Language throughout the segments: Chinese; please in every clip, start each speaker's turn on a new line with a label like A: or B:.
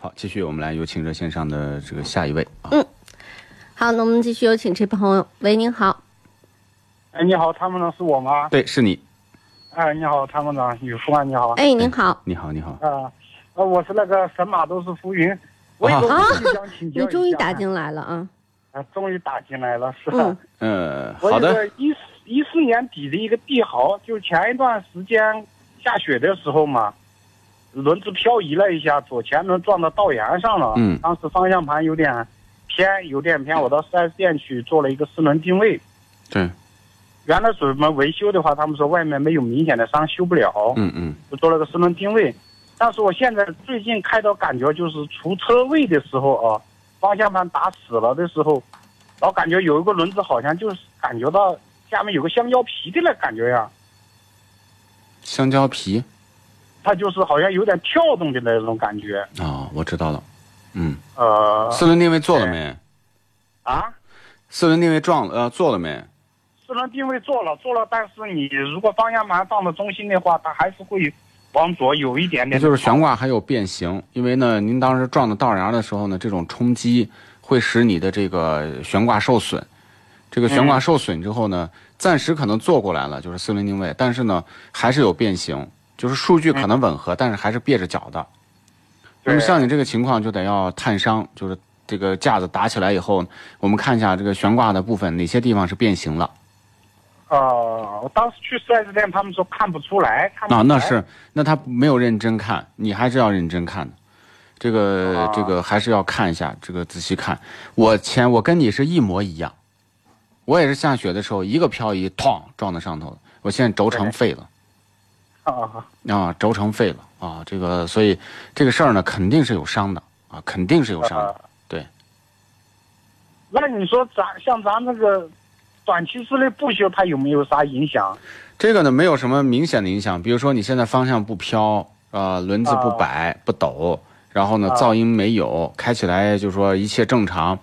A: 好，继续我们来有请热线上的这个下一位啊，
B: 好，那我们继续有请这朋友。喂，您好，
C: 哎，你好，参谋长是我吗？
A: 对，是你，
C: 哎，你好，参谋长宇峰啊，你好。
B: 哎，您好，
A: 你好，你好，
C: 啊，呃，我是那个神马都是浮云，我有个
B: 啊
C: 问题想
B: 你
C: 请教一下。
B: 终于打进来了啊。
C: 啊，终于打进来了，是。
B: 嗯
A: 呃，
C: 我
A: 好
C: 有
A: 的，
C: 个一四一四年底的一个帝豪，就前一段时间下雪的时候嘛，轮子漂移了一下，左前轮撞到道沿上了。
A: 嗯
C: 当时方向盘有点偏，有点偏，我到 4S 店去做了一个四轮定位。
A: 对，
C: 原来准备维修的话，他们说外面没有明显的伤，修不了。
A: 嗯嗯，
C: 就做了个四轮定位。但是我现在最近开到感觉就是出车位的时候啊，方向盘打死了的时候，老感觉有一个轮子好像就是感觉到下面有个香蕉皮的那感觉呀，
A: 香蕉皮
C: 它就是好像有点跳动的那种感觉。
A: 啊、我知道了，嗯，
C: 呃
A: 四轮定位做了没？
C: 啊，
A: 四轮定位撞了呃做了没？
C: 四轮定位做了做了，但是你如果方向盘放到中心的话，它还是会往左有一点
A: 那
C: 点。
A: 就是悬挂还有变形，因为呢，您当时撞到道沿儿的时候呢，这种冲击会使你的这个悬挂受损。这个悬挂受损之后呢，暂时可能做过来了，就是四轮定位，但是呢，还是有变形，就是数据可能吻合，但是还是蹩着脚的。那么
C: 对
A: 像你这个情况，就得要探伤，就是这个架子打起来以后，我们看一下这个悬挂的部分哪些地方是变形了。
C: 呃，我当时去四 S 店，他们说看不出来，看不出
A: 啊，
C: 来。
A: 那是，那他没有认真看，你还是要认真看的。这个、
C: 啊
A: 这个还是要看一下，这个仔细看。我前我跟你是一模一样，我也是下雪的时候一个漂移，咣撞到上头了。我现在轴承
C: 对
A: 废了
C: 啊，
A: 啊，轴承废了啊，这个所以这个事儿呢肯定是有伤的啊，肯定是有伤的。对。
C: 啊那你说咱像咱这个短期之内不修，它有没有啥影响？
A: 这个呢没有什么明显的影响，比如说你现在方向不飘，啊，轮子不摆、不抖，然后呢
C: 啊
A: 噪音没有，开起来就说一切正常，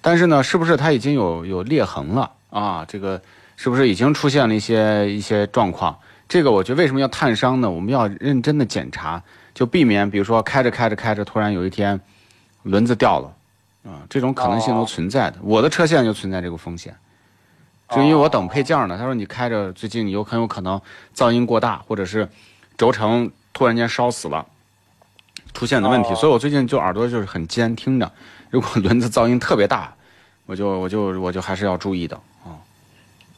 A: 但是呢是不是它已经有有裂痕了啊？这个是不是已经出现了一些一些状况？这个我觉得为什么要探伤呢？我们要认真的检查，就避免比如说开着开着开着，突然有一天轮子掉了，啊，这种可能性都
C: 哦
A: 存在的。我的车现在就存在这个风险。至于我等配件儿呢，他说你开着最近有很有可能噪音过大，或者是轴承突然间烧死了，出现的问题。
C: 哦
A: 所以我最近就耳朵就是很尖，听着，如果轮子噪音特别大，我就我就我就还是要注意的。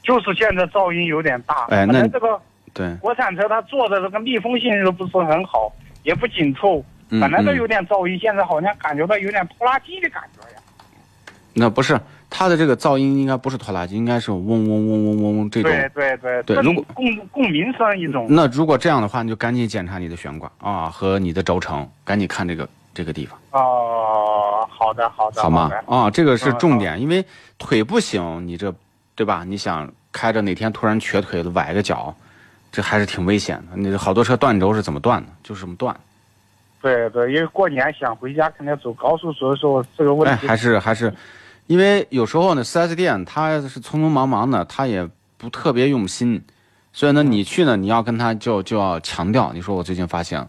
C: 就是现在噪音有点大，
A: 哎
C: 本来
A: 那
C: 这个
A: 对，
C: 国产车它做的这个密封性都不是很好，也不紧凑，
A: 嗯
C: 本来都
A: 嗯
C: 有点噪音，现在好像感觉到有点拖拉机的感觉呀。
A: 那不是它的这个噪音应该不是拖拉机，应该是嗡嗡嗡嗡嗡嗡这种。
C: 对对对，
A: 对
C: 这
A: 如
C: 种
A: 果嗯
C: 共共鸣声一种。
A: 那如果这样的话，你就赶紧检查你的悬挂啊和你的轴承，赶紧看这个这个地方。
C: 哦，好的好的，
A: 好吗
C: 的？
A: 啊，这个是重点，因为腿不行，你这对吧？你想开着哪天突然瘸腿了，崴个脚，这还是挺危险的。你这好多车断轴是怎么断的？就是这么断。
C: 对对，因为过年想回家，肯定走高速，所以说这个问
A: 哎，
C: 题
A: 还是还是，因为有时候呢，4S 店他是匆匆忙忙的，他也不特别用心，所以呢，你去呢，你要跟他就就要强调，你说我最近发现了，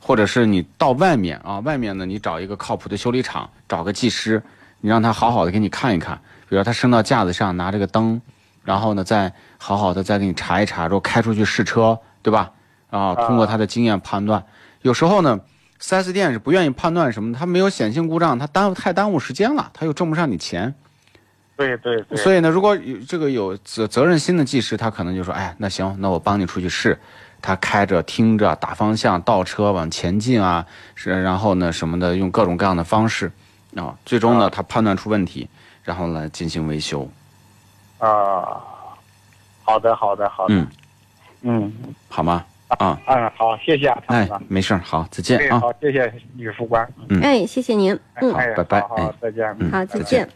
A: 或者是你到外面啊，外面呢，你找一个靠谱的修理厂，找个技师，你让他好好的给你看一看，比如说他升到架子上拿这个灯，然后呢，再好好的再给你查一查，然后开出去试车，对吧？啊，通过他的经验判断，有时候呢。4S 店是不愿意判断什么，他没有显性故障，他耽误太耽误时间了，他又挣不上你钱。
C: 对对对。
A: 所以呢，如果有这个有责责任心的技师，他可能就说，哎，那行，那我帮你出去试。他开着、听着、打方向、倒车往前进啊，是然后呢什么的，用各种各样的方式啊，最终呢他判断出问题，然后呢进行维修。
C: 啊，好的，好的，好的，
A: 嗯，
C: 嗯，
A: 好吗？啊，
C: 嗯，好，哎谢谢啊，唐
A: 哎
C: 老师。，
A: 没事儿，好，再见
C: 对，
A: 啊。
C: 好，谢谢女副官。
A: 嗯
B: 哎，谢谢您，嗯，
A: 好
C: 哎，
A: 拜拜
C: 好
A: 哎
C: 好，再见。
A: 嗯
B: 好，再见。